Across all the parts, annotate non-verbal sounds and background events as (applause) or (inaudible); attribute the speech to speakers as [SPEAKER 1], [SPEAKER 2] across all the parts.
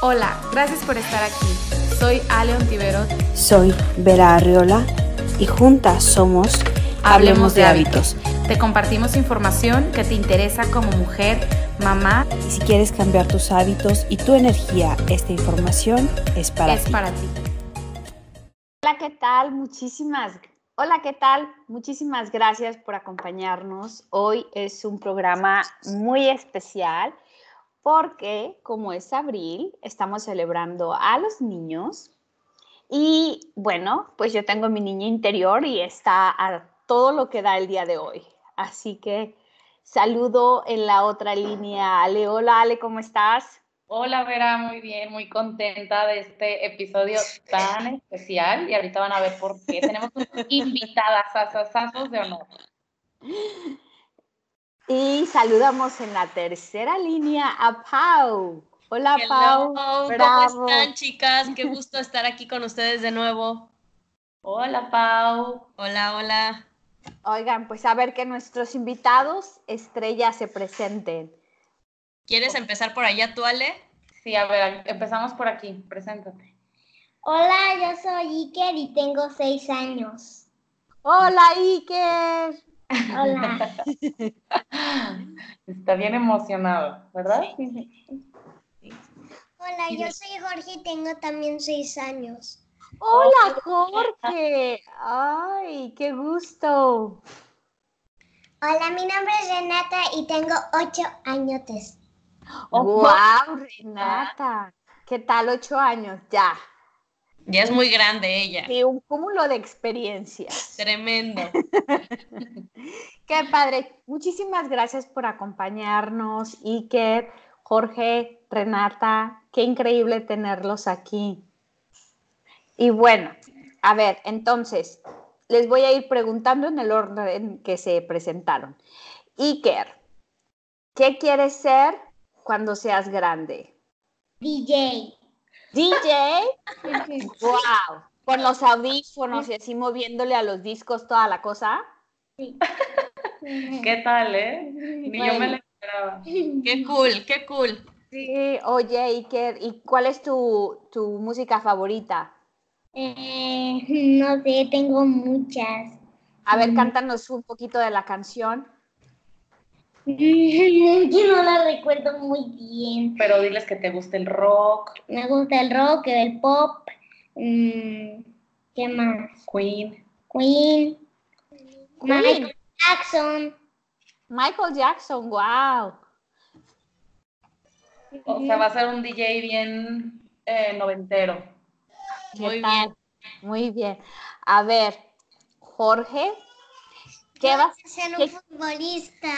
[SPEAKER 1] Hola, gracias por estar aquí. Soy Ale Ontiveros.
[SPEAKER 2] Soy Vera Arriola y juntas somos Hablemos de Hábitos.
[SPEAKER 1] Te compartimos información que te interesa como mujer, mamá.
[SPEAKER 2] Y si quieres cambiar tus hábitos y tu energía, esta información es para
[SPEAKER 1] es
[SPEAKER 2] ti.
[SPEAKER 1] para ti.
[SPEAKER 3] Hola, ¿qué tal? Muchísimas, hola, ¿qué tal? Muchísimas gracias por acompañarnos. Hoy es un programa muy especial porque como es abril, estamos celebrando a los niños y bueno, pues yo tengo mi niña interior y está a todo lo que da el día de hoy. Así que saludo en la otra línea a Ale. Hola Ale, ¿cómo estás?
[SPEAKER 4] Hola Vera, muy bien, muy contenta de este episodio tan especial y ahorita van a ver por qué. Tenemos invitadas a de honor.
[SPEAKER 3] Y saludamos en la tercera línea a Pau. Hola
[SPEAKER 5] Hello,
[SPEAKER 3] Pau. bravo.
[SPEAKER 5] ¿Cómo están, chicas? Qué gusto estar aquí con ustedes de nuevo.
[SPEAKER 4] Hola Pau.
[SPEAKER 5] Hola, hola.
[SPEAKER 3] Oigan, pues a ver que nuestros invitados estrella se presenten.
[SPEAKER 5] ¿Quieres empezar por allá tú, Ale?
[SPEAKER 4] Sí, a ver, empezamos por aquí, preséntate.
[SPEAKER 6] Hola, yo soy Iker y tengo seis años.
[SPEAKER 3] Hola Iker.
[SPEAKER 6] Hola.
[SPEAKER 4] Está bien emocionado, ¿verdad?
[SPEAKER 6] Hola, yo soy Jorge y tengo también seis años.
[SPEAKER 3] Hola Jorge. Ay, qué gusto.
[SPEAKER 6] Hola, mi nombre es Renata y tengo ocho añotes.
[SPEAKER 3] wow, Renata. ¿Qué tal ocho años? Ya.
[SPEAKER 5] Ya es muy grande ella.
[SPEAKER 3] Sí, un cúmulo de experiencias.
[SPEAKER 5] Tremendo.
[SPEAKER 3] Qué padre. Muchísimas gracias por acompañarnos, Iker, Jorge, Renata. Qué increíble tenerlos aquí. Y bueno, a ver, entonces, les voy a ir preguntando en el orden que se presentaron. Iker, ¿qué quieres ser cuando seas grande?
[SPEAKER 6] DJ.
[SPEAKER 3] DJ, wow, con los audífonos y así moviéndole a los discos toda la cosa.
[SPEAKER 4] ¿Qué tal, eh? Ni yo me la esperaba.
[SPEAKER 5] Qué cool, qué cool.
[SPEAKER 3] Sí, oye, Iker, ¿y cuál es tu, tu música favorita?
[SPEAKER 6] Eh, no sé, tengo muchas.
[SPEAKER 3] A
[SPEAKER 5] Mm.
[SPEAKER 3] ver, cántanos un poquito de la canción.
[SPEAKER 6] Yo no las recuerdo muy bien.
[SPEAKER 4] Pero diles que te gusta el rock,
[SPEAKER 6] Me gusta el rock, el pop. mm, ¿Qué más?
[SPEAKER 4] Queen.
[SPEAKER 6] Queen.
[SPEAKER 3] Queen.
[SPEAKER 6] Michael Jackson.
[SPEAKER 3] Michael Jackson, wow.
[SPEAKER 4] O sea, va a ser un DJ bien eh, noventero.
[SPEAKER 5] Muy bien.
[SPEAKER 3] Muy bien. A ver, Jorge, ¿qué
[SPEAKER 6] Yo
[SPEAKER 3] vas
[SPEAKER 6] quiero ser
[SPEAKER 3] qué-
[SPEAKER 6] un futbolista.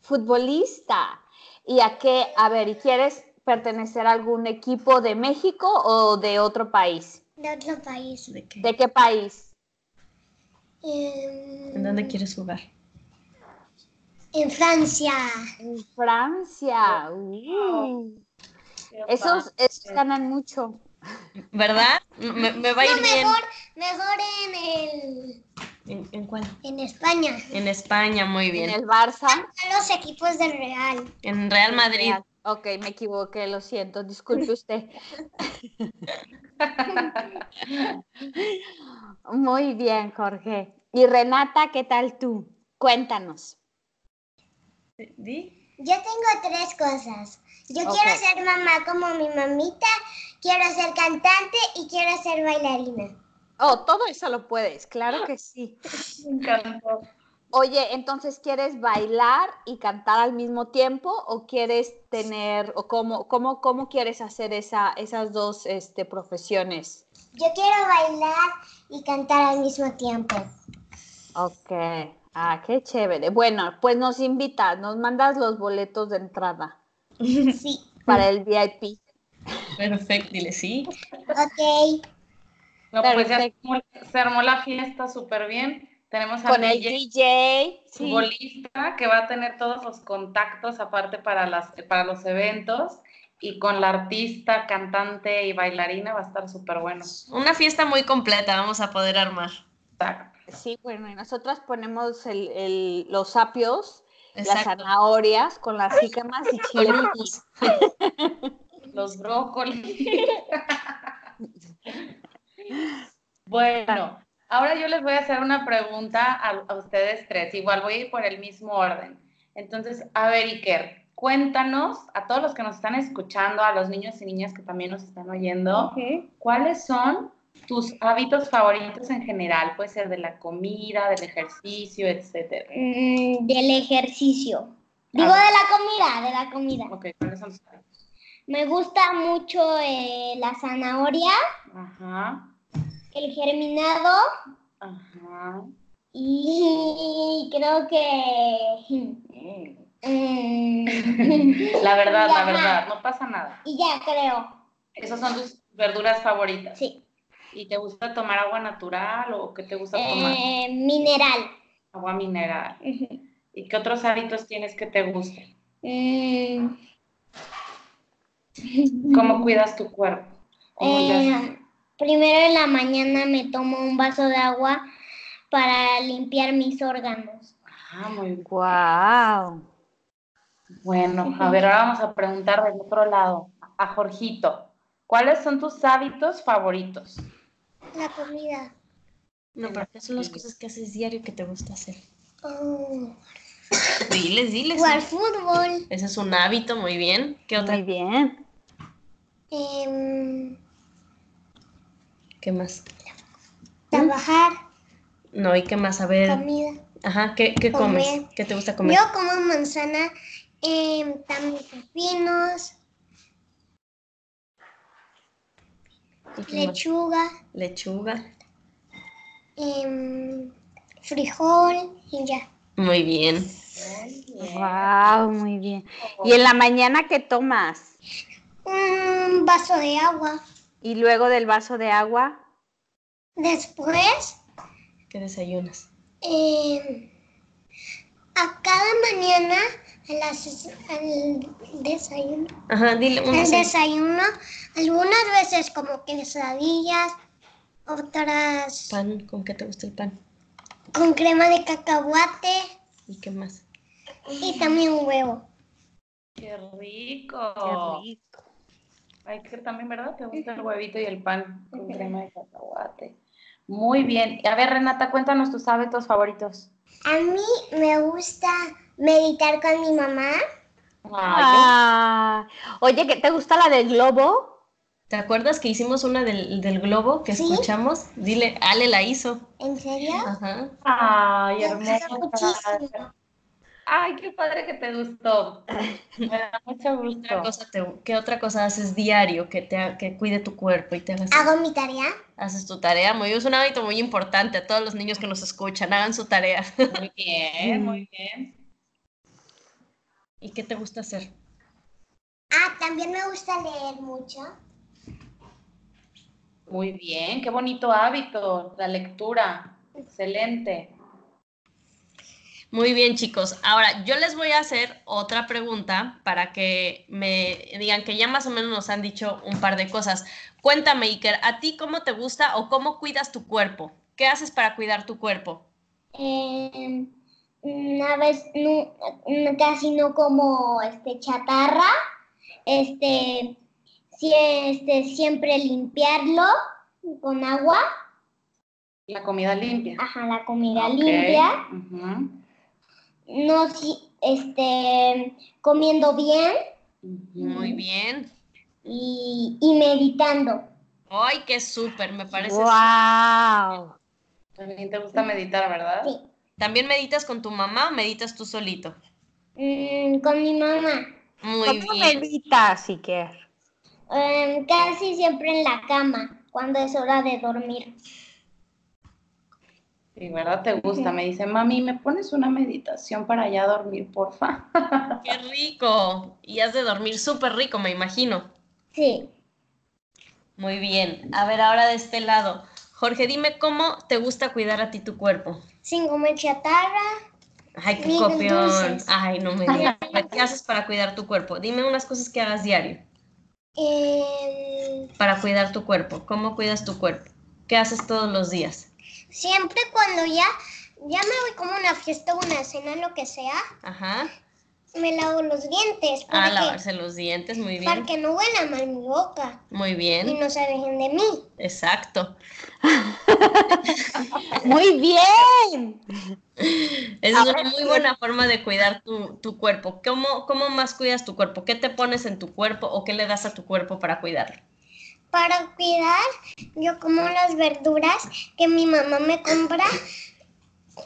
[SPEAKER 3] futbolista? ¿Y a qué? A ver, ¿y quieres pertenecer a algún equipo de México o de otro país?
[SPEAKER 6] De otro país.
[SPEAKER 3] ¿De qué país?
[SPEAKER 6] ¿En
[SPEAKER 5] quieres jugar?
[SPEAKER 6] En Francia.
[SPEAKER 5] Mm.
[SPEAKER 3] En Francia. Uh. Esos, esos ganan mucho.
[SPEAKER 5] ¿Verdad? Me, me va a
[SPEAKER 6] No,
[SPEAKER 5] ir bien.
[SPEAKER 6] mejor, mejor en, el,
[SPEAKER 5] ¿En, en cuál?
[SPEAKER 6] en España.
[SPEAKER 5] En España, muy
[SPEAKER 3] En
[SPEAKER 5] bien.
[SPEAKER 3] el Barça.
[SPEAKER 6] A los equipos del Real.
[SPEAKER 5] En Real Madrid.
[SPEAKER 3] Real. Ok, me equivoqué, lo siento, disculpe
[SPEAKER 5] (laughs)
[SPEAKER 3] usted. Muy bien, Jorge. Y Renata, ¿qué tal tú? Cuéntanos.
[SPEAKER 5] ¿Di?
[SPEAKER 6] Yo tengo tres cosas. Yo
[SPEAKER 3] Ok.
[SPEAKER 6] quiero ser mamá como mi mamita, quiero ser cantante y quiero ser bailarina.
[SPEAKER 3] Oh, todo eso lo puedes, claro que sí. Oye, entonces, ¿quieres bailar y cantar al mismo tiempo o quieres tener, o cómo, cómo, cómo quieres hacer esa, esas dos este, profesiones?
[SPEAKER 6] Yo quiero bailar y cantar al mismo tiempo.
[SPEAKER 3] Ok, ah, qué chévere. Bueno, pues nos invitas, nos mandas los boletos de entrada
[SPEAKER 6] Sí.
[SPEAKER 3] para el VIP.
[SPEAKER 5] Perfecto, dile sí.
[SPEAKER 6] Ok.
[SPEAKER 4] No, pues ya se
[SPEAKER 3] Perfecto.
[SPEAKER 4] armó, se armó la fiesta súper bien. Tenemos a
[SPEAKER 3] Con el
[SPEAKER 4] DJ
[SPEAKER 3] DJ. sí.
[SPEAKER 4] futbolista que va a tener todos los contactos aparte para, las, para los eventos y con la artista, cantante y bailarina va a estar súper bueno.
[SPEAKER 5] Una fiesta muy completa vamos a poder armar.
[SPEAKER 4] Exacto.
[SPEAKER 3] Sí, bueno, y nosotras ponemos el- el- los sapios, las
[SPEAKER 5] Exacto.
[SPEAKER 3] zanahorias con las jícamas y chile.
[SPEAKER 5] Con humos.
[SPEAKER 4] los brócolis. bueno, ahora yo les voy a hacer una pregunta a, a ustedes tres. Igual voy a ir por el mismo orden. Entonces, a ver, Iker, cuéntanos a todos los que nos están escuchando, a los niños y niñas que también nos están oyendo,
[SPEAKER 3] Ok.
[SPEAKER 4] ¿cuáles son tus hábitos favoritos en general? Puede ser de la comida, del ejercicio, etcétera.
[SPEAKER 6] Mm, del ejercicio. Digo de
[SPEAKER 4] ver.
[SPEAKER 6] la comida, de la comida.
[SPEAKER 4] Ok, ¿cuáles son tus hábitos?
[SPEAKER 6] Me gusta mucho eh, la zanahoria,
[SPEAKER 4] Ajá,
[SPEAKER 6] el germinado
[SPEAKER 4] ajá.
[SPEAKER 6] y (laughs) creo que... mm, (laughs)
[SPEAKER 4] La verdad, la
[SPEAKER 6] Ajá.
[SPEAKER 4] verdad, no pasa nada.
[SPEAKER 6] y ya creo,
[SPEAKER 4] Esas son tus verduras favoritas.
[SPEAKER 6] sí.
[SPEAKER 4] ¿Y te gusta tomar agua natural o qué te gusta tomar?
[SPEAKER 6] Eh, mineral.
[SPEAKER 4] Agua mineral.
[SPEAKER 6] Ujú.
[SPEAKER 4] ¿Y qué otros hábitos tienes que te gusten?
[SPEAKER 6] Mm,
[SPEAKER 4] ¿Cómo cuidas tu cuerpo? ¿Cómo le haces?
[SPEAKER 6] eh, primero en la mañana me tomo un vaso de agua para limpiar mis órganos.
[SPEAKER 4] Ah, muy bien.
[SPEAKER 3] Wow.
[SPEAKER 4] Bueno, a ver, ahora vamos a preguntar del otro lado, a Jorgito. ¿Cuáles son tus hábitos favoritos?
[SPEAKER 6] La comida.
[SPEAKER 5] No, pero ¿qué son las cosas que haces diario que te gusta hacer?
[SPEAKER 6] Oh,
[SPEAKER 5] Diles, diles.
[SPEAKER 6] jugar fútbol.
[SPEAKER 5] Ese es un hábito, muy bien. ¿Qué otra?
[SPEAKER 2] Muy bien.
[SPEAKER 6] em,
[SPEAKER 5] ¿Qué más?
[SPEAKER 6] trabajar,
[SPEAKER 5] No, ¿y qué más? A ver,
[SPEAKER 6] comida.
[SPEAKER 5] ajá, ¿qué, qué
[SPEAKER 6] Comer.
[SPEAKER 5] comes? ¿Qué te gusta comer?
[SPEAKER 6] Yo como manzana, em, también pepinos,
[SPEAKER 5] ¿Y qué más?
[SPEAKER 6] lechuga,
[SPEAKER 5] Lechuga.
[SPEAKER 6] em, frijol y ya.
[SPEAKER 5] Muy bien.
[SPEAKER 2] Wow, muy bien. ¿Y en la mañana qué tomas?
[SPEAKER 6] Un vaso de agua.
[SPEAKER 2] Y luego del vaso de agua,
[SPEAKER 6] Después,
[SPEAKER 5] ¿Qué desayunas?
[SPEAKER 6] em, a cada mañana, a las- al desayuno,
[SPEAKER 5] Ajá, dile uno.
[SPEAKER 6] al
[SPEAKER 5] sí.
[SPEAKER 6] desayuno, algunas veces como quesadillas, otras
[SPEAKER 5] Pan, ¿con qué te gusta el pan?
[SPEAKER 6] con crema de cacahuate
[SPEAKER 5] ¿Y qué más?
[SPEAKER 6] y también huevo.
[SPEAKER 4] ¡Qué rico!
[SPEAKER 2] qué rico.
[SPEAKER 4] Ay, que también, ¿verdad? Te gusta el huevito y el pan con crema de cacahuate. Muy bien. A ver, Renata, cuéntanos tus hábitos favoritos.
[SPEAKER 6] A mí me gusta meditar con mi mamá.
[SPEAKER 4] Ay,
[SPEAKER 2] Ah, oye, ¿qué te gusta la del globo?
[SPEAKER 5] ¿Te acuerdas que hicimos una del, del globo que
[SPEAKER 6] Sí.
[SPEAKER 5] escuchamos? Dile, Ale la hizo.
[SPEAKER 6] ¿En serio?
[SPEAKER 5] Ajá.
[SPEAKER 4] ay,
[SPEAKER 6] Me gusta
[SPEAKER 4] hermosa.
[SPEAKER 6] muchísimo.
[SPEAKER 4] Ay, qué padre que te gustó. Me da (laughs) mucho
[SPEAKER 5] ¿Qué otra
[SPEAKER 4] gusto.
[SPEAKER 5] cosa, te- qué otra cosa haces diario que te ha- que cuide tu cuerpo y te hagas
[SPEAKER 6] Hago mi tarea.
[SPEAKER 5] haces tu tarea? Muy, es un hábito muy importante a todos los niños que nos escuchan, hagan su tarea.
[SPEAKER 4] Muy bien, muy bien.
[SPEAKER 5] (laughs) ¿Y qué te gusta hacer?
[SPEAKER 6] Ah, también me gusta leer mucho.
[SPEAKER 4] Muy bien, qué bonito hábito, la lectura. Excelente.
[SPEAKER 5] Muy bien, chicos. Ahora, yo les voy a hacer otra pregunta para que me digan que ya más o menos nos han dicho un par de cosas. Cuéntame, Iker, ¿a ti cómo te gusta o cómo cuidas tu cuerpo? ¿Qué haces para cuidar tu cuerpo?
[SPEAKER 6] Eh, una vez no, mm, casi no como este chatarra. Este, sí, este, siempre limpiarlo con agua.
[SPEAKER 4] La comida limpia.
[SPEAKER 6] Ajá, Ah, la comida
[SPEAKER 4] Ok,
[SPEAKER 6] limpia.
[SPEAKER 4] ujú,
[SPEAKER 6] No si- este comiendo bien
[SPEAKER 4] ujú.
[SPEAKER 5] Muy bien.
[SPEAKER 6] y, y meditando.
[SPEAKER 5] ¡Ay, qué súper! Me parece.
[SPEAKER 2] Wow.
[SPEAKER 4] También te gusta meditar, ¿verdad?
[SPEAKER 6] Sí.
[SPEAKER 5] ¿También meditas con tu mamá o meditas tú solito?
[SPEAKER 6] Mm, con mi mamá.
[SPEAKER 5] Muy
[SPEAKER 2] ¿Cómo
[SPEAKER 5] bien.
[SPEAKER 2] meditas, Iker?
[SPEAKER 6] Em, casi siempre en la cama, cuando es hora de dormir.
[SPEAKER 4] Sí, ¿verdad? Te gusta. Me dice, mami, ¿me pones una meditación para ya dormir, porfa?
[SPEAKER 5] ¡Qué rico! Y has de dormir súper rico, me imagino.
[SPEAKER 6] Sí.
[SPEAKER 5] Muy bien. A ver, ahora de este lado. Jorge, dime cómo te gusta cuidar a ti tu cuerpo.
[SPEAKER 6] Sin comer chatarra,
[SPEAKER 5] Ay, qué
[SPEAKER 6] Miren,
[SPEAKER 5] copión.
[SPEAKER 6] dulces.
[SPEAKER 5] Ay, no me digas. ¿Qué haces para cuidar tu cuerpo? Dime unas cosas que hagas diario
[SPEAKER 6] em,
[SPEAKER 5] para cuidar tu cuerpo. ¿Cómo cuidas tu cuerpo? ¿Qué haces todos los días?
[SPEAKER 6] siempre cuando ya, ya me voy como a una fiesta, una cena, lo que sea,
[SPEAKER 5] Ajá.
[SPEAKER 6] me lavo los dientes.
[SPEAKER 5] A
[SPEAKER 6] para que-
[SPEAKER 5] Ah, lavarse los dientes, muy
[SPEAKER 6] Para
[SPEAKER 5] bien.
[SPEAKER 6] que no huela mal mi boca
[SPEAKER 5] Muy
[SPEAKER 6] y
[SPEAKER 5] bien,
[SPEAKER 6] no se dejen de mí.
[SPEAKER 5] exacto.
[SPEAKER 3] Muy bien.
[SPEAKER 5] Esa es una muy buena forma de cuidar tu, tu cuerpo. ¿Cómo, ¿Cómo más cuidas tu cuerpo? ¿Qué te pones en tu cuerpo o qué le das a tu cuerpo para cuidarlo?
[SPEAKER 6] Para cuidar, yo como las verduras que mi mamá me compra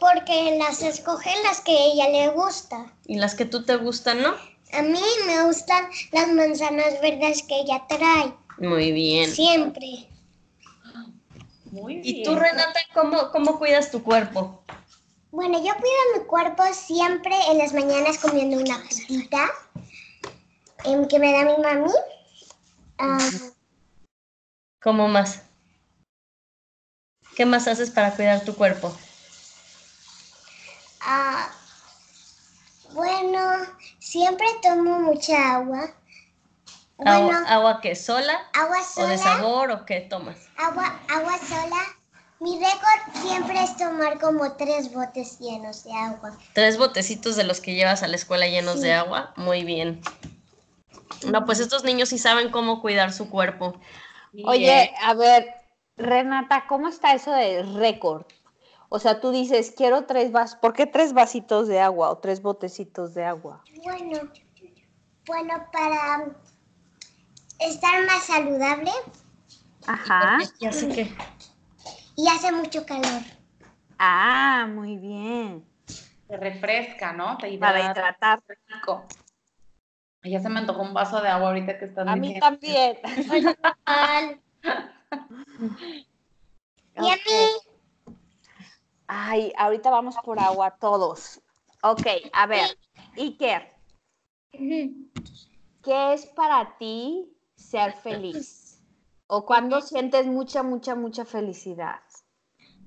[SPEAKER 6] porque las escoge las que a ella le gusta.
[SPEAKER 5] Y las que tú te gustan, ¿no?
[SPEAKER 6] A mí me gustan las manzanas verdes que ella trae,
[SPEAKER 5] Muy bien.
[SPEAKER 6] siempre.
[SPEAKER 4] Muy bien.
[SPEAKER 5] ¿Y tú, Renata, cómo, cómo cuidas tu cuerpo?
[SPEAKER 6] Bueno, yo cuido mi cuerpo siempre en las mañanas comiendo una frutita em, que me da mi mami. Ah,
[SPEAKER 5] ¿Cómo más? ¿Qué más haces para cuidar tu cuerpo?
[SPEAKER 6] Ah, bueno, siempre tomo mucha agua.
[SPEAKER 5] ¿Agua,
[SPEAKER 6] Bueno,
[SPEAKER 5] agua que sola
[SPEAKER 6] agua
[SPEAKER 5] o de
[SPEAKER 6] sola,
[SPEAKER 5] sabor o qué tomas?
[SPEAKER 6] agua, agua sola. Mi récord siempre es tomar como tres botes llenos de agua.
[SPEAKER 5] Tres botecitos de los que llevas a la escuela llenos de agua. Muy bien. No, pues estos niños sí saben cómo cuidar su cuerpo.
[SPEAKER 3] Oye, a ver, Renata, ¿cómo está eso de récord? O sea, tú dices, quiero tres vas, ¿por qué tres vasitos de agua o tres botecitos de agua?
[SPEAKER 6] Bueno, bueno, para estar más saludable
[SPEAKER 3] Ajá.
[SPEAKER 5] Ya sé que.
[SPEAKER 6] y hace mucho calor.
[SPEAKER 3] (laughs) Ah, muy bien.
[SPEAKER 4] Te refresca, ¿no? Te
[SPEAKER 3] Para
[SPEAKER 4] hidrata,
[SPEAKER 3] hidratar.
[SPEAKER 4] rico. Ay, Ya se me antojó un vaso de agua ahorita que están
[SPEAKER 3] A mí
[SPEAKER 4] diciendo.
[SPEAKER 3] también.
[SPEAKER 6] Y a mí,
[SPEAKER 3] Ay, ahorita vamos por agua todos. Ok, a ver, Iker, ¿qué es para ti ser feliz? ¿O cuando sientes mucha, mucha, mucha felicidad?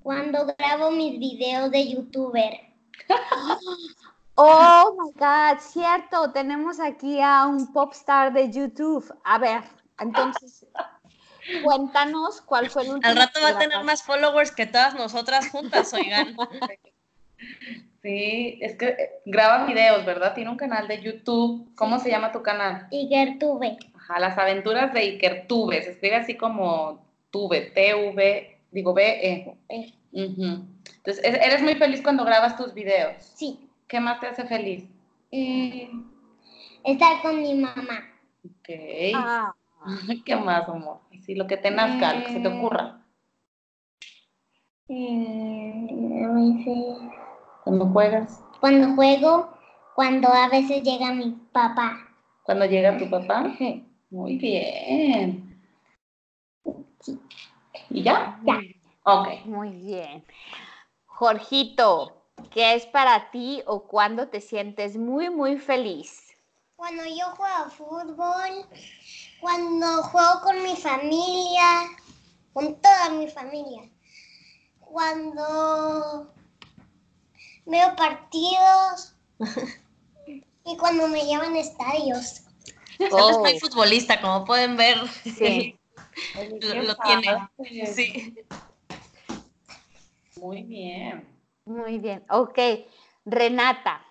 [SPEAKER 6] cuando grabo mis videos de youtuber.
[SPEAKER 3] Oh my God, cierto, tenemos aquí a un popstar de YouTube. A ver, entonces, cuéntanos cuál fue el último.
[SPEAKER 5] Al rato va a tener
[SPEAKER 3] programa.
[SPEAKER 5] más followers que todas nosotras juntas, oigan. (laughs)
[SPEAKER 4] Sí, es que eh, graba videos, ¿verdad? Tiene un canal de YouTube. ¿Cómo se llama tu canal?
[SPEAKER 6] Y Gertube.
[SPEAKER 4] Ajá, las aventuras de Iker Tube. Se escribe así como Tube, T-V, digo B-E.
[SPEAKER 6] Eh,
[SPEAKER 4] Ujú. Entonces, e- eres muy feliz cuando grabas tus videos.
[SPEAKER 6] Sí.
[SPEAKER 4] ¿Qué más te hace feliz?
[SPEAKER 6] Mm, estar con mi mamá.
[SPEAKER 4] Ok.
[SPEAKER 3] Ah,
[SPEAKER 4] (laughs) ¿Qué más, amor? Así lo que te nazca, lo que se te ocurra.
[SPEAKER 6] Mm, a veces-
[SPEAKER 4] Cuando juegas,
[SPEAKER 6] Cuando juego, cuando a veces llega mi papá.
[SPEAKER 4] cuando llega tu papá. Muy bien. ¿Y ya?
[SPEAKER 6] Ya.
[SPEAKER 4] Ok.
[SPEAKER 3] muy bien. Jorgito, ¿qué es para ti o cuando te sientes muy, muy feliz?
[SPEAKER 6] Cuando yo juego fútbol, cuando juego con mi familia, con toda mi familia. Cuando veo partidos y cuando me llevan a estadios.
[SPEAKER 5] Él es
[SPEAKER 3] Oh,
[SPEAKER 5] muy futbolista, como pueden ver.
[SPEAKER 3] sí.
[SPEAKER 4] Oye,
[SPEAKER 5] Lo-
[SPEAKER 4] qué
[SPEAKER 5] lo tiene.
[SPEAKER 4] padre.
[SPEAKER 5] Sí.
[SPEAKER 4] Muy bien.
[SPEAKER 3] Muy bien, ok. Renata,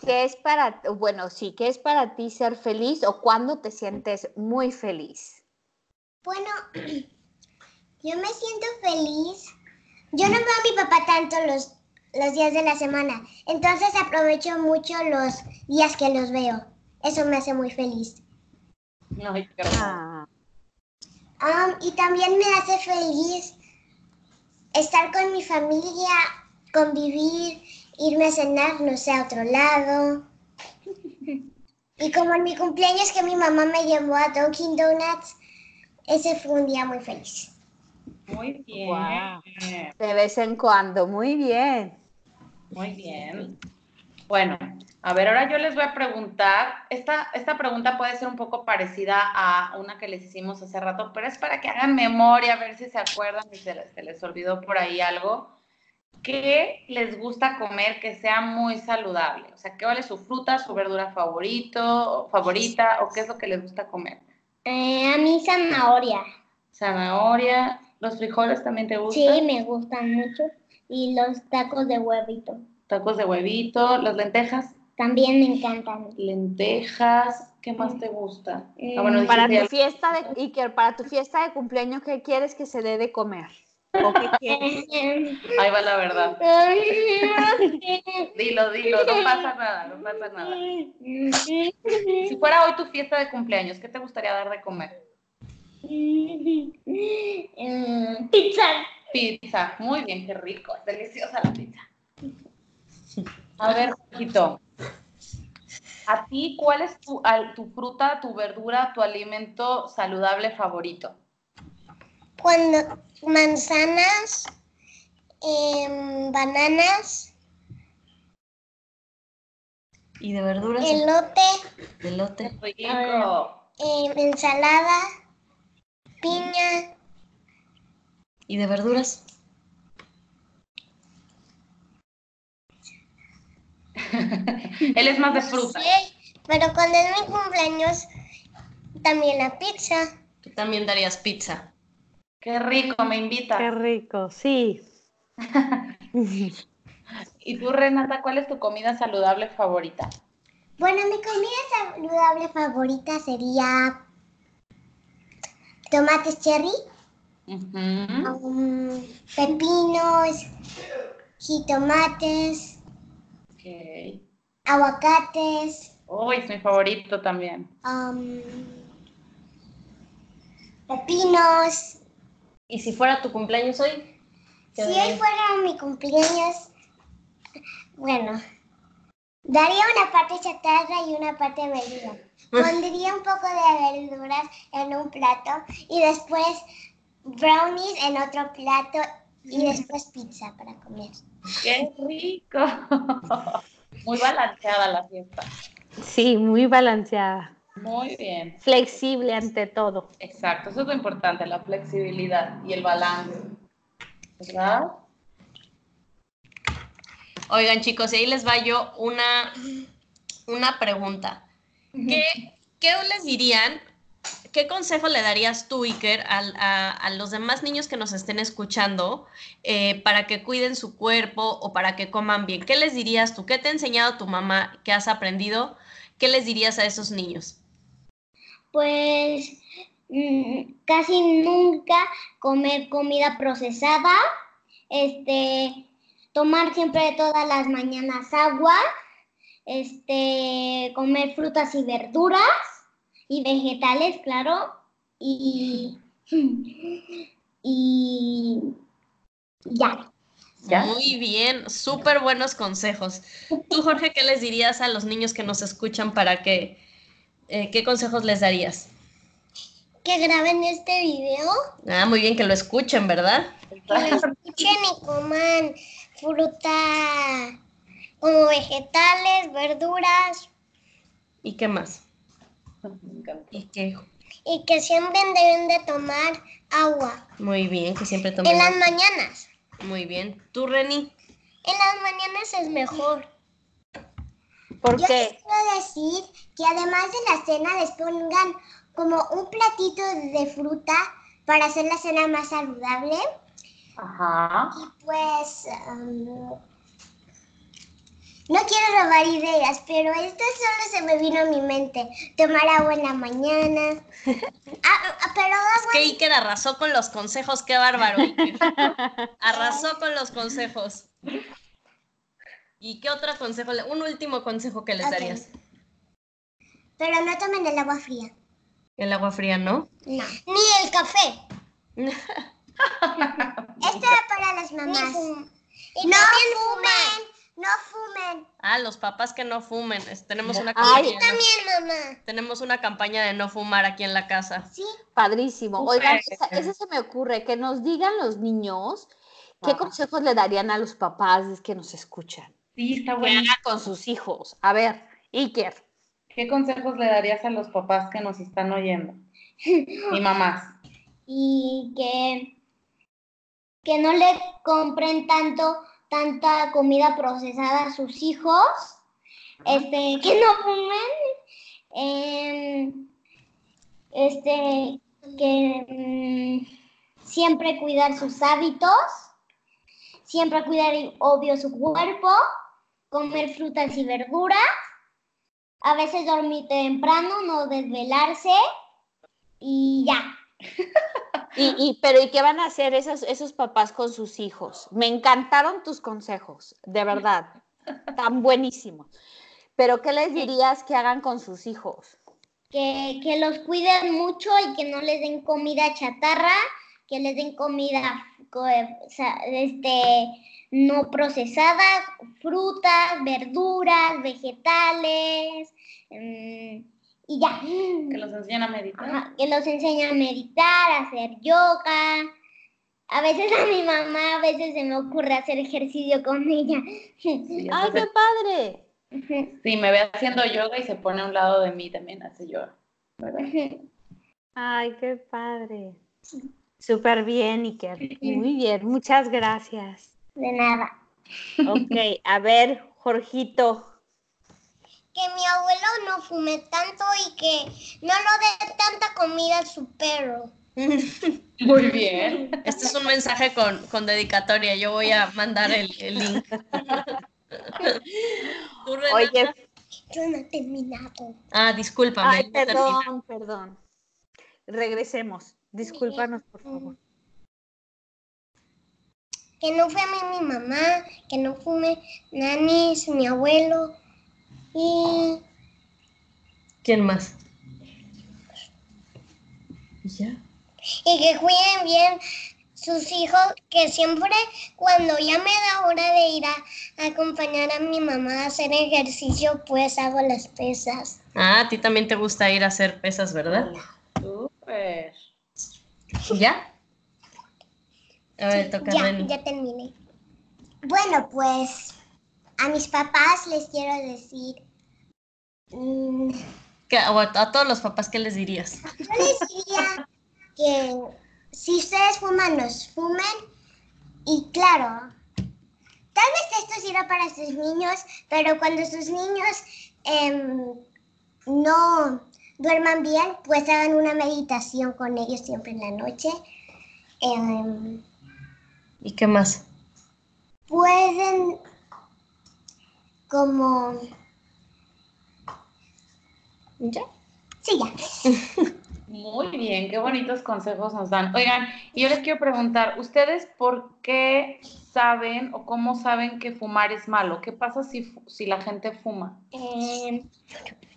[SPEAKER 3] ¿qué es para, bueno, sí, qué es para ti ser feliz o cuándo te sientes muy feliz?
[SPEAKER 6] Bueno, (clears throat) yo me siento feliz. Yo no veo a mi papá tanto los, los días de la semana, entonces aprovecho mucho los días que los veo. Eso me hace muy feliz.
[SPEAKER 4] Ay, qué hermoso.
[SPEAKER 3] Ah,
[SPEAKER 6] Am, y también me hace feliz estar con mi familia, convivir, irme a cenar, no sé, a otro lado. Y como en mi cumpleaños que mi mamá me llevó a Dunkin' Donuts, ese fue un día muy feliz.
[SPEAKER 4] Muy bien.
[SPEAKER 3] Guau. de vez en cuando, muy bien.
[SPEAKER 4] Muy bien. Bueno, a ver, ahora yo les voy a preguntar, esta, esta pregunta puede ser un poco parecida a una que les hicimos hace rato, pero es para que hagan memoria, a ver si se acuerdan, si se les, se les olvidó por ahí algo. ¿Qué les gusta comer que sea muy saludable? O sea, ¿qué vale su fruta, su verdura favorito, favorita o qué es lo que les gusta comer?
[SPEAKER 6] a mí zanahoria.
[SPEAKER 4] Zanahoria, los frijoles también te
[SPEAKER 6] Sí,
[SPEAKER 4] gustan,
[SPEAKER 6] me gustan mucho. Y los tacos de huevito.
[SPEAKER 4] tacos de huevito, las lentejas.
[SPEAKER 6] También me encantan.
[SPEAKER 4] Lentejas, ¿qué más te gusta? Ah, bueno,
[SPEAKER 3] Para tu
[SPEAKER 4] dijiste
[SPEAKER 3] fiesta de, Iker, para tu fiesta de cumpleaños, ¿qué quieres que se dé de comer? ¿O qué quieres?
[SPEAKER 4] algo. ahí va la verdad. Dilo, dilo, no pasa nada, no pasa nada. Si fuera hoy tu fiesta de cumpleaños, ¿qué te gustaría dar de comer?
[SPEAKER 6] Mm, Pizza.
[SPEAKER 4] Pizza, muy bien, qué rico, es deliciosa la pizza. A ver, Jorgito, ¿a ti cuál es tu, al- tu fruta, tu verdura, tu alimento saludable favorito?
[SPEAKER 6] Cuando manzanas, em, bananas,
[SPEAKER 5] Y de verduras,
[SPEAKER 6] elote,
[SPEAKER 5] y elote.
[SPEAKER 4] Rico.
[SPEAKER 6] em, ensalada, piña,
[SPEAKER 5] Y de verduras.
[SPEAKER 4] Él es más de fruta.
[SPEAKER 6] sí, pero cuando es mi cumpleaños también la pizza.
[SPEAKER 5] Tú también darías pizza.
[SPEAKER 4] Qué rico, me invita.
[SPEAKER 7] Qué rico, sí.
[SPEAKER 4] ¿Y tú, Renata, cuál es tu comida saludable favorita?
[SPEAKER 6] Bueno, mi comida saludable favorita sería tomates cherry,
[SPEAKER 4] Ujú.
[SPEAKER 6] um, pepinos, jitomates,
[SPEAKER 4] Ok. Uy,
[SPEAKER 6] aguacates. um,
[SPEAKER 4] es mi favorito también.
[SPEAKER 6] Am, pepinos.
[SPEAKER 5] ¿Y si fuera tu cumpleaños hoy?
[SPEAKER 6] Si hoy fuera mi cumpleaños, bueno, daría una parte chatarra y una parte medida. Pondría un poco de verduras en un plato y después brownies en otro plato y después pizza para comer.
[SPEAKER 4] ¡Qué (laughs) rico! Muy balanceada la fiesta.
[SPEAKER 7] Sí, muy balanceada.
[SPEAKER 4] Muy bien.
[SPEAKER 7] Flexible ante todo.
[SPEAKER 4] Exacto, eso es lo importante, la flexibilidad y el balance. ¿Verdad?
[SPEAKER 5] Oigan, chicos, y ahí les va yo una, una pregunta. ¿Qué, qué les dirían? ¿Qué consejo le darías tú, Iker, al- a, a los demás niños que nos estén escuchando eh, para que cuiden su cuerpo o para que coman bien? ¿Qué les dirías tú? ¿Qué te ha enseñado tu mamá? ¿Qué has aprendido? ¿Qué les dirías a esos niños?
[SPEAKER 6] Pues mm, casi nunca comer comida procesada, este, tomar siempre todas las mañanas agua, este, comer frutas y verduras y vegetales, claro, y, y ya.
[SPEAKER 4] ¿Ya?
[SPEAKER 5] Muy bien, súper buenos consejos. Tú, Jorge, ¿qué les dirías a los niños que nos escuchan para que, eh, qué consejos les darías?
[SPEAKER 6] Que graben este video,
[SPEAKER 5] Ah, muy bien que lo escuchen, ¿verdad?
[SPEAKER 6] que lo escuchen y coman fruta como vegetales, verduras.
[SPEAKER 5] ¿Y qué más?
[SPEAKER 4] Me encanta.
[SPEAKER 5] Y que
[SPEAKER 6] y que siempre deben de tomar agua.
[SPEAKER 5] muy bien, que siempre
[SPEAKER 6] En
[SPEAKER 5] tomen.
[SPEAKER 6] las mañanas.
[SPEAKER 5] Muy bien. Tú, Reni,
[SPEAKER 6] En las mañanas es mejor.
[SPEAKER 7] ¿Por
[SPEAKER 6] Yo
[SPEAKER 7] qué?
[SPEAKER 6] les quiero decir que además de la cena les pongan como un platito de fruta para hacer la cena más saludable.
[SPEAKER 4] Ajá.
[SPEAKER 6] Pues... um, no quiero robar ideas, pero esto solo se me vino a mi mente. Tomar agua en
[SPEAKER 7] (laughs)
[SPEAKER 6] la mañana. Ah, ah, pero agua
[SPEAKER 5] que Iker arrasó con los consejos, qué
[SPEAKER 6] (laughs)
[SPEAKER 5] bárbaro. Iker. Arrasó con los consejos. ¿Y qué otro consejo? le- Un último consejo que les
[SPEAKER 6] Ok.
[SPEAKER 5] darías.
[SPEAKER 6] Pero no tomen el agua fría.
[SPEAKER 5] El agua fría, ¿no?
[SPEAKER 6] Ni el café. (laughs) Esto era para las mamás. Y no fumen, no fumen.
[SPEAKER 5] Ah, los papás que no fumen. Es- Tenemos una
[SPEAKER 7] Ay,
[SPEAKER 5] campaña. de no-
[SPEAKER 6] También, mamá.
[SPEAKER 5] Tenemos una campaña de no fumar aquí en la casa.
[SPEAKER 6] Sí,
[SPEAKER 7] Padrísimo. Oigan,
[SPEAKER 4] Súper.
[SPEAKER 7] esa- ese se me ocurre, que nos digan los niños qué
[SPEAKER 4] Ajá.
[SPEAKER 7] consejos le darían a los papás que nos escuchan.
[SPEAKER 4] Sí, está
[SPEAKER 7] Que
[SPEAKER 4] bueno.
[SPEAKER 7] hagan con sus hijos. A ver, Iker.
[SPEAKER 4] ¿Qué consejos le darías a los papás que nos están oyendo? Y mamás.
[SPEAKER 6] y que, que no le compren tanto, tanta comida procesada a sus hijos. Este, que no fumen. em, este, que mm, siempre cuidar sus hábitos. Siempre cuidar, obvio, su cuerpo. Comer frutas y verduras. a veces dormir temprano, no desvelarse y ya.
[SPEAKER 3] Y, y, pero ¿y qué van a hacer esos, esos papás con sus hijos? Me encantaron tus consejos, de verdad, tan buenísimos. Pero ¿qué les dirías que hagan con sus hijos?
[SPEAKER 6] Que, que los cuiden mucho y que no les den comida chatarra, que les den comida co- sa- este, no procesada, frutas, verduras, vegetales mm, y ya.
[SPEAKER 4] Que los enseñan a meditar.
[SPEAKER 6] Ajá, que los enseña a meditar, a hacer yoga. A veces a mi mamá, a veces se me ocurre hacer ejercicio con ella. (laughs)
[SPEAKER 4] Sí,
[SPEAKER 3] ¡Ay, qué
[SPEAKER 4] entonces,
[SPEAKER 3] padre!
[SPEAKER 4] sí, me ve haciendo yoga y se pone a un lado de mí también, hace yoga. ¿verdad?
[SPEAKER 3] Ay, qué padre. Súper bien, Iker. Muy bien, muchas gracias.
[SPEAKER 6] De nada.
[SPEAKER 3] Ok, a ver, Jorgito.
[SPEAKER 6] que mi abuelo no fume tanto y que no lo dé tanta comida a su perro.
[SPEAKER 4] (laughs) Muy bien.
[SPEAKER 5] Este es un mensaje con, con dedicatoria. Yo voy a mandar el,
[SPEAKER 3] (laughs)
[SPEAKER 5] el link. Tú, Renata.
[SPEAKER 3] Oye,
[SPEAKER 6] Yo no he terminado.
[SPEAKER 5] Ah, discúlpame.
[SPEAKER 3] ay,
[SPEAKER 5] no terminé.
[SPEAKER 3] perdón, perdón. Regresemos. Discúlpanos, por favor.
[SPEAKER 6] Que no fume mi mamá, que no fume nanis, mi abuelo y
[SPEAKER 5] ¿Quién más? Ya.
[SPEAKER 6] y que cuiden bien sus hijos, que siempre cuando ya me da hora de ir a, a acompañar a mi mamá a hacer ejercicio, pues hago las pesas.
[SPEAKER 5] Ah, a ti también te gusta ir a hacer pesas, ¿verdad?
[SPEAKER 4] Súper.
[SPEAKER 5] ¿Ya? A ver, toca a
[SPEAKER 6] Ya,
[SPEAKER 5] Reni.
[SPEAKER 6] ya terminé. Bueno, pues a mis papás les quiero decir, mm,
[SPEAKER 5] ¿Qué- o a, a todos los papás, ¿qué les dirías?
[SPEAKER 6] yo les diría que si ustedes fuman, los fumen. Y claro, tal vez esto sirva para sus niños, pero cuando sus niños em, no duerman bien, pues hagan una meditación con ellos siempre en la noche. Em,
[SPEAKER 5] ¿Y qué más?
[SPEAKER 6] pueden como
[SPEAKER 5] ¿Ya?
[SPEAKER 6] sí ya
[SPEAKER 4] Muy bien, qué bonitos consejos nos dan. Oigan, y yo les quiero preguntar, ¿ustedes por qué saben o cómo saben que fumar es malo? ¿Qué pasa si, fu- si la gente fuma?
[SPEAKER 6] eh,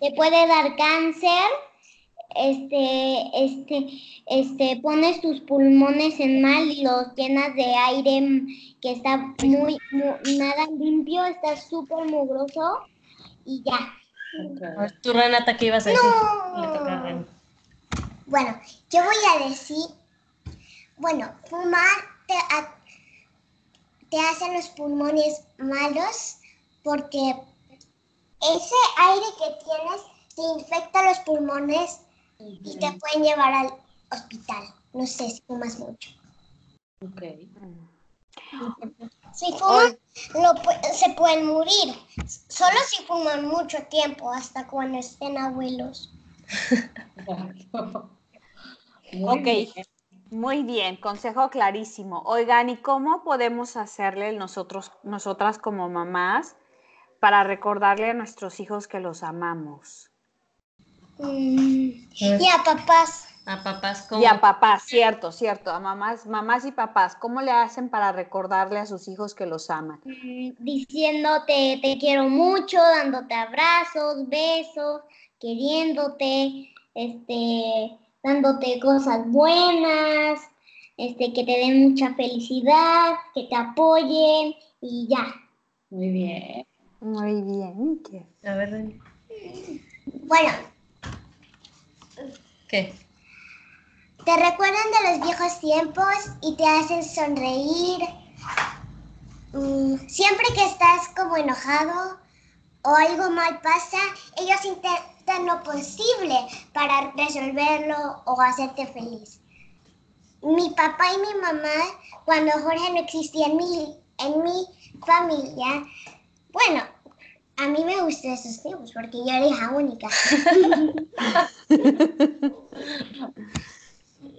[SPEAKER 6] te puede dar cáncer este este este pones tus pulmones en mal y los llenas de aire mm, que está muy, mu- nada limpio está súper mugroso y ya
[SPEAKER 5] A ver, tú, Renata, ¿qué ibas a decir? Le toca a Reni.
[SPEAKER 6] Bueno, yo voy a decir, bueno, fumar te, ha- te hace los pulmones malos porque ese aire que tienes te infecta los pulmones y te pueden llevar al hospital. No sé si fumas mucho.
[SPEAKER 4] Ok.
[SPEAKER 6] Si fuman, lo pu- se pueden morir. Solo si fuman mucho tiempo, hasta cuando estén abuelos.
[SPEAKER 4] Exacto.
[SPEAKER 3] Ok. Muy bien, consejo clarísimo. Oigan, ¿y cómo podemos hacerle nosotros, nosotras como mamás, para recordarle a nuestros hijos que los amamos?
[SPEAKER 6] Mm, Y a papás.
[SPEAKER 5] A papás, ¿cómo?
[SPEAKER 3] Y a papás, cierto, cierto, a mamás, mamás y papás, ¿cómo le hacen para recordarle a sus hijos que los aman?
[SPEAKER 6] Mm, diciéndote te quiero mucho, dándote abrazos, besos, queriéndote, este, dándote cosas buenas, este, que te den mucha felicidad, que te apoyen y ya.
[SPEAKER 4] Muy bien.
[SPEAKER 3] Muy bien, Iker.
[SPEAKER 5] A ver, Reni.
[SPEAKER 6] Bueno,
[SPEAKER 5] ¿Qué?
[SPEAKER 6] te recuerdan de los viejos tiempos y te hacen sonreír. Mm, siempre que estás como enojado o algo mal pasa, ellos intentan lo posible para resolverlo o hacerte feliz. Mi papá y mi mamá, cuando Jorge no existía en mi, en mi familia, bueno, a mí me gustan esos tiempos porque yo era hija única.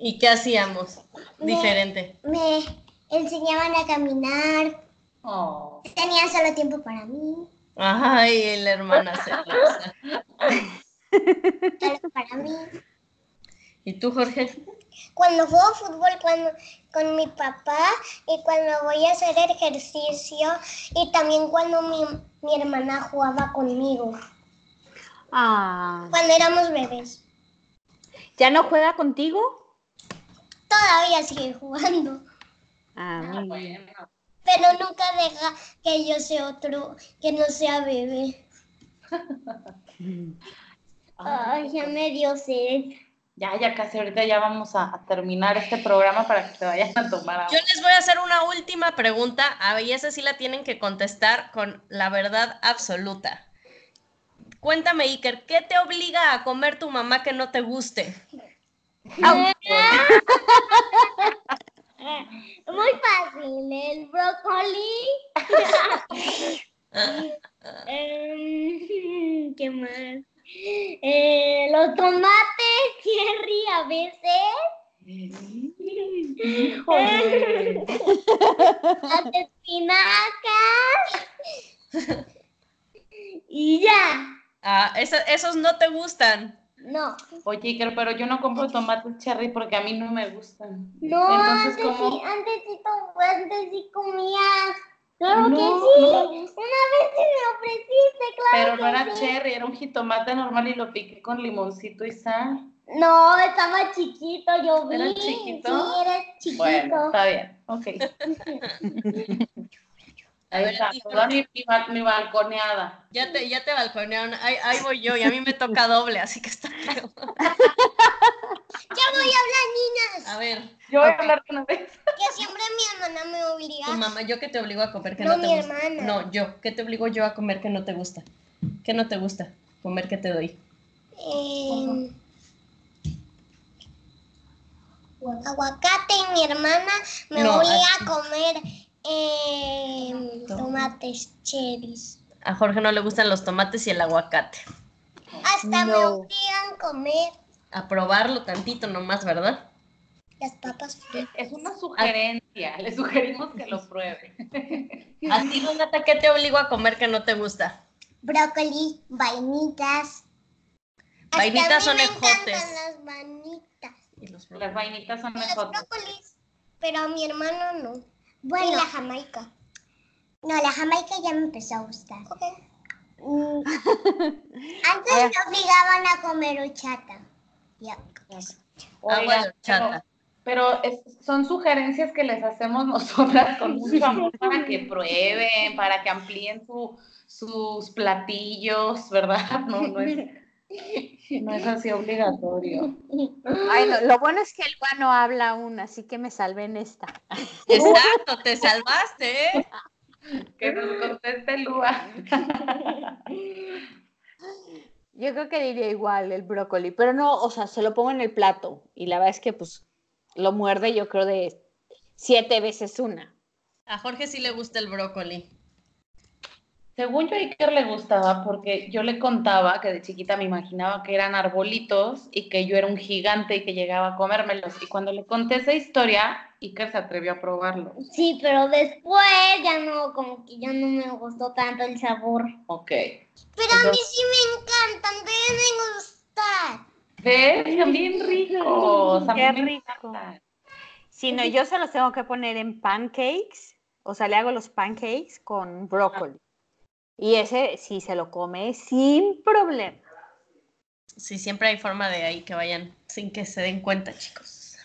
[SPEAKER 5] ¿Y qué hacíamos? Diferente.
[SPEAKER 6] Me enseñaban a caminar,
[SPEAKER 4] Oh,
[SPEAKER 6] Tenía solo tiempo para mí.
[SPEAKER 5] Ay, la hermana celosa.
[SPEAKER 6] Solo para mí.
[SPEAKER 5] ¿Y tú, Jorge?
[SPEAKER 6] Cuando juego fútbol cuando, con mi papá y cuando voy a hacer ejercicio y también cuando mi, mi hermana jugaba conmigo.
[SPEAKER 7] Ah,
[SPEAKER 6] Cuando éramos bebés.
[SPEAKER 7] ¿Ya no juega contigo?
[SPEAKER 6] Todavía sigue jugando.
[SPEAKER 7] Ah, muy bien.
[SPEAKER 4] Bueno,
[SPEAKER 6] Pero nunca deja que yo sea otro, que no sea bebé.
[SPEAKER 4] Ah.
[SPEAKER 6] Ay, ya me dio sed.
[SPEAKER 4] ya, ya casi ahorita ya vamos a, a terminar este programa para que se vayan a tomar agua.
[SPEAKER 5] Yo les voy a hacer una última pregunta, a ver, y esa sí la tienen que contestar con la verdad absoluta. Cuéntame, Iker, ¿qué te obliga a comer tu mamá que no te guste?
[SPEAKER 6] Muy fácil, el
[SPEAKER 4] (laughs)
[SPEAKER 6] brócoli. Em, ¿Qué más? Eh, los tomates, Jerry, a veces. Las espinacas. Y ya.
[SPEAKER 5] Ah, esa- esos no te gustan.
[SPEAKER 6] No,
[SPEAKER 4] Oye, Iker, pero yo no compro tomates cherry porque a mí no me gustan.
[SPEAKER 6] no,
[SPEAKER 4] Entonces,
[SPEAKER 6] antes,
[SPEAKER 4] ¿cómo?
[SPEAKER 6] sí, antes, sí, to- antes sí comía. Claro
[SPEAKER 4] No,
[SPEAKER 6] que sí.
[SPEAKER 4] no.
[SPEAKER 6] Una vez sí me ofreciste, claro.
[SPEAKER 4] Pero no era
[SPEAKER 6] que sí.
[SPEAKER 4] cherry, era un jitomate normal y lo piqué con limoncito y sal.
[SPEAKER 6] No, estaba chiquito, yo vi.
[SPEAKER 4] ¿Era chiquito?
[SPEAKER 6] Sí, era chiquito.
[SPEAKER 4] Bueno, está bien, ok. Ahí
[SPEAKER 5] ver,
[SPEAKER 4] está,
[SPEAKER 5] hijo.
[SPEAKER 4] toda mi, mi ba- mi balconeada.
[SPEAKER 5] Ya te, ya te balconearon. Ahí, ahí voy yo y a mí me toca doble, así que está feo.
[SPEAKER 6] Ya voy a hablar, niñas.
[SPEAKER 5] A ver,
[SPEAKER 4] Yo voy
[SPEAKER 5] Ok.
[SPEAKER 4] a hablar una vez.
[SPEAKER 6] Que siempre mi hermana me obliga.
[SPEAKER 5] tu mamá, ¿yo que te obligo a comer que no,
[SPEAKER 6] No,
[SPEAKER 5] te
[SPEAKER 6] mi
[SPEAKER 5] gusta?
[SPEAKER 6] hermana.
[SPEAKER 5] No, yo, ¿qué te obligo yo a comer que no te gusta? ¿Qué no te gusta? Comer que te doy.
[SPEAKER 6] Eh, aguacate y mi hermana me
[SPEAKER 5] No,
[SPEAKER 6] obliga
[SPEAKER 5] así.
[SPEAKER 6] a comer eh, tomates cherries.
[SPEAKER 5] A Jorge no le gustan los tomates y el aguacate.
[SPEAKER 6] Hasta me obligan a comer
[SPEAKER 5] A probarlo tantito nomás, ¿verdad?
[SPEAKER 6] las papas fritas.
[SPEAKER 4] Es
[SPEAKER 5] Ah.
[SPEAKER 4] una sugerencia, le sugerimos que lo pruebe.
[SPEAKER 5] A ti, Renata, ¿qué te obligo a comer que no te gusta?
[SPEAKER 6] Brócoli, vainitas. Hasta a
[SPEAKER 5] Vainitas
[SPEAKER 6] mí
[SPEAKER 5] son
[SPEAKER 6] me
[SPEAKER 5] ejotes.
[SPEAKER 6] encantan las vainitas.
[SPEAKER 5] Y
[SPEAKER 3] (laughs)
[SPEAKER 5] los
[SPEAKER 4] Las vainitas
[SPEAKER 5] Ah,
[SPEAKER 4] son
[SPEAKER 6] Los
[SPEAKER 4] mejor.
[SPEAKER 6] brócolis, pero a mi hermano no. Bueno. Y la jamaica. No, la jamaica ya me empezó a gustar. (laughs) Mm. Antes me obligaban a comer horchata. Ya.
[SPEAKER 5] Agua de horchata.
[SPEAKER 4] Pero es- son sugerencias que les hacemos
[SPEAKER 5] (laughs)
[SPEAKER 4] nosotras con mucho amor para que prueben, para que amplíen su- sus platillos, ¿verdad? No,
[SPEAKER 5] (laughs)
[SPEAKER 4] no es, no es así obligatorio.
[SPEAKER 7] Ay, no, lo bueno es que el guano no habla aún, así que me salvé en esta.
[SPEAKER 5] Exacto, te salvaste, ¿eh?
[SPEAKER 4] Que nos conteste Lua.
[SPEAKER 7] Yo creo que diría igual el brócoli, pero no, o sea, se lo pongo en el plato y la verdad es que pues lo muerde yo creo de siete veces una.
[SPEAKER 5] A Jorge sí le gusta el brócoli.
[SPEAKER 4] (laughs) Según yo a Iker le gustaba porque yo le contaba que de chiquita me imaginaba que eran arbolitos y que yo era un gigante y que llegaba a comérmelos. Y cuando le conté esa historia, Iker se atrevió a probarlo.
[SPEAKER 6] Sí, pero después ya no, como que ya no me gustó tanto el sabor.
[SPEAKER 4] Ok.
[SPEAKER 6] Pero a mí sí me encantan, deben gustar.
[SPEAKER 4] ¿Ves? Son bien ricos. a mí
[SPEAKER 7] Qué
[SPEAKER 4] me
[SPEAKER 7] rico.
[SPEAKER 4] encantan.
[SPEAKER 7] Si no, yo se los tengo que poner en pancakes, o sea, le hago los pancakes con brócoli. Y ese sí se lo come sin problema.
[SPEAKER 5] Sí, siempre hay forma de ahí que vayan sin que se den cuenta, chicos.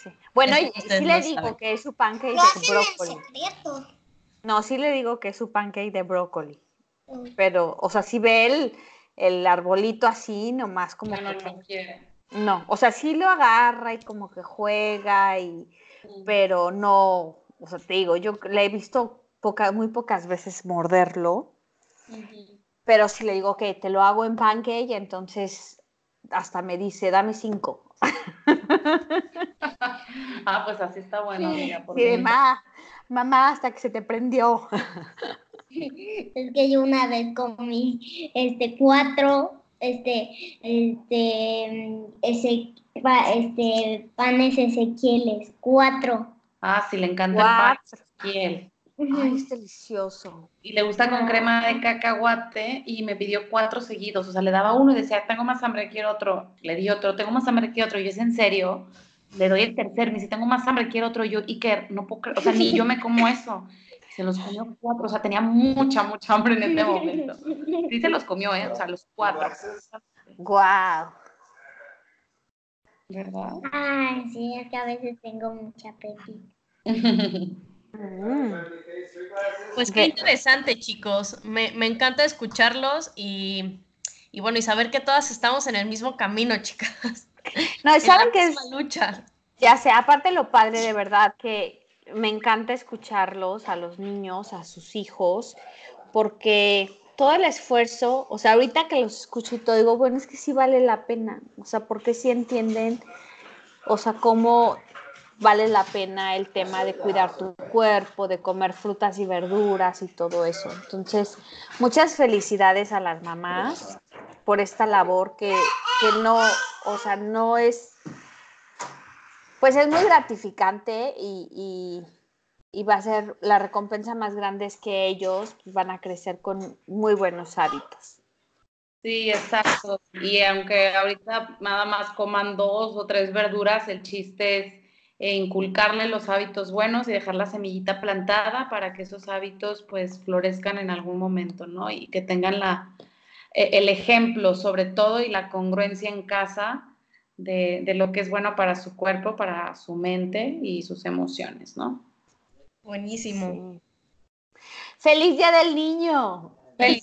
[SPEAKER 7] Sí. Bueno,
[SPEAKER 5] Es
[SPEAKER 7] y-
[SPEAKER 5] que ustedes
[SPEAKER 7] sí le
[SPEAKER 5] no
[SPEAKER 7] digo
[SPEAKER 5] saben.
[SPEAKER 7] que es su pancake
[SPEAKER 6] Lo
[SPEAKER 7] de
[SPEAKER 6] hacen
[SPEAKER 7] brócoli.
[SPEAKER 6] en secreto.
[SPEAKER 7] No, sí le digo que es su pancake de brócoli. Pero, o sea, si ve el, el arbolito así, nomás como
[SPEAKER 4] No, no,
[SPEAKER 7] que
[SPEAKER 4] no quiere. (laughs)
[SPEAKER 7] No, o sea, sí lo agarra y como que juega y, pero no, o sea, te digo, yo le he visto poca- muy pocas veces morderlo, pero si le digo que te lo hago en pancake, entonces hasta me dice, dame cinco.
[SPEAKER 4] Ah, pues así está bueno, amiga. por
[SPEAKER 7] Y de
[SPEAKER 4] mí.
[SPEAKER 7] "Ma, mamá, hasta que se te prendió.
[SPEAKER 6] Es que yo una vez comí este cuatro, este, este, mm, ese, pa- este, panes Ezequieles, cuatro,
[SPEAKER 4] Ah, sí, le encanta el
[SPEAKER 7] Cuatro.
[SPEAKER 4] pan. Ezequiel.
[SPEAKER 3] Ay, es delicioso.
[SPEAKER 4] Y le gusta con crema de cacahuate y me pidió cuatro seguidos. O sea, le daba uno y decía, tengo más hambre, quiero otro. Le di otro, tengo más hambre, quiero otro. Y yo, ¿es en serio? Le doy el tercer, me dice, tengo más hambre, quiero otro. Y yo, Iker, no puedo creer, o sea, ni yo me como eso. Se los comió cuatro, o sea, tenía mucha, mucha hambre en este momento. Sí se los comió, ¿eh? O sea, los cuatro.
[SPEAKER 3] Guau.
[SPEAKER 4] ¿Verdad? (laughs)
[SPEAKER 6] Ay, sí, es que a veces tengo mucha apetito.
[SPEAKER 5] Pues qué interesante, chicos. Me, me encanta escucharlos y, y bueno, y saber que todas estamos en el mismo camino, chicas.
[SPEAKER 3] No,
[SPEAKER 5] En la
[SPEAKER 3] ¿saben qué es?
[SPEAKER 5] misma lucha.
[SPEAKER 3] Ya sé, aparte lo padre de verdad que me encanta escucharlos a los niños, a sus hijos, porque todo el esfuerzo, o sea, ahorita que los escucho y todo, digo, bueno, es que sí vale la pena, o sea, porque sí entienden, o sea, cómo vale la pena el tema de cuidar tu cuerpo, de comer frutas y verduras y todo eso. Entonces, muchas felicidades a las mamás por esta labor que, que no, o sea, no es pues es muy gratificante y, y- y va a ser la recompensa más grande es que ellos van a crecer con muy buenos hábitos.
[SPEAKER 4] Sí, exacto. Y aunque ahorita nada más coman dos o tres verduras, el chiste es eh, inculcarle los hábitos buenos y dejar la semillita plantada para que esos hábitos pues florezcan en algún momento, ¿no? Y que tengan la, eh, el ejemplo sobre todo y la congruencia en casa de, de lo que es bueno para su cuerpo, para su mente y sus emociones, ¿no?
[SPEAKER 5] Buenísimo.
[SPEAKER 3] ¡Feliz Día del Niño!
[SPEAKER 4] Feliz-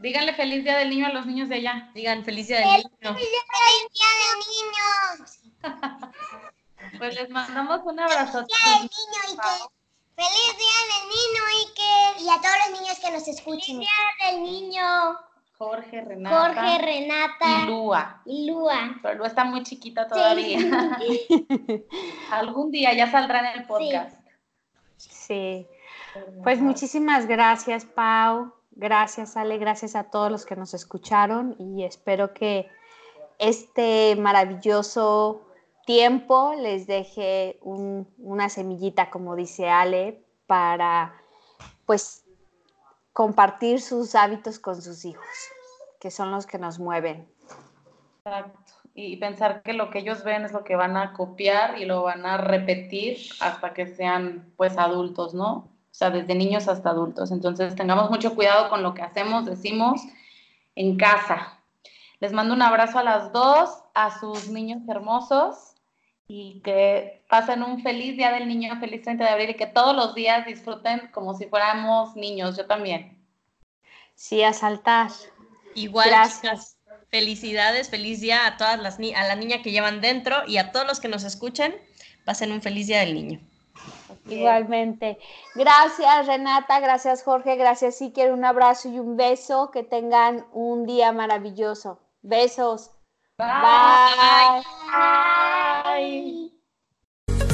[SPEAKER 4] Díganle feliz día del niño a los niños de allá.
[SPEAKER 5] Digan, feliz
[SPEAKER 3] Eh,
[SPEAKER 5] día del niño.
[SPEAKER 6] ¡Feliz día del niño!
[SPEAKER 4] Pues les mandamos un abrazo.
[SPEAKER 6] Día del niño, Iker. Feliz día del niño, Iker. Y a todos los niños que nos escuchen. Feliz día del niño.
[SPEAKER 4] Jorge, Renata.
[SPEAKER 6] Jorge,
[SPEAKER 4] y
[SPEAKER 6] Renata
[SPEAKER 4] Lua.
[SPEAKER 6] y Lua.
[SPEAKER 4] Pero Lua está muy chiquita todavía.
[SPEAKER 6] (laughs)
[SPEAKER 4] (laughs) Algún día ya saldrá en el podcast.
[SPEAKER 3] Sí. Pues muchísimas gracias, Pau. Gracias, Ale. Gracias a todos los que nos escucharon y espero que este maravilloso tiempo les deje un- una semillita, como dice Ale, para pues compartir sus hábitos con sus hijos, que son los que nos mueven.
[SPEAKER 4] Exacto. Y pensar que lo que ellos ven es lo que van a copiar y lo van a repetir hasta que sean pues adultos, ¿no? O sea, desde niños hasta adultos. Entonces tengamos mucho cuidado con lo que hacemos, decimos en casa. Les mando un abrazo a las dos, a sus niños hermosos y que pasen un feliz Día del Niño, feliz 30 de abril y que todos los días disfruten como si fuéramos niños, yo también.
[SPEAKER 3] Sí, a saltar.
[SPEAKER 5] Igual,
[SPEAKER 3] Gracias.
[SPEAKER 5] chicas, felicidades, feliz día a todas las ni a la niña que llevan dentro y a todos los que nos escuchen. Pasen un feliz día del niño.
[SPEAKER 3] Igualmente. Gracias Renata, gracias Jorge, gracias Iker, un abrazo y un beso, que tengan un día maravilloso. Besos. Bye.
[SPEAKER 6] Ay.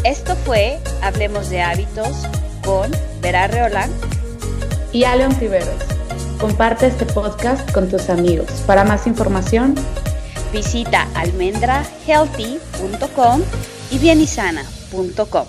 [SPEAKER 2] Esto fue Hablemos de Hábitos con Vera Reolán.
[SPEAKER 7] Y Aleon Riveros.
[SPEAKER 4] Comparte este podcast con tus amigos. Para más información,
[SPEAKER 2] Visita almendrahealthy.com y bienisana.com.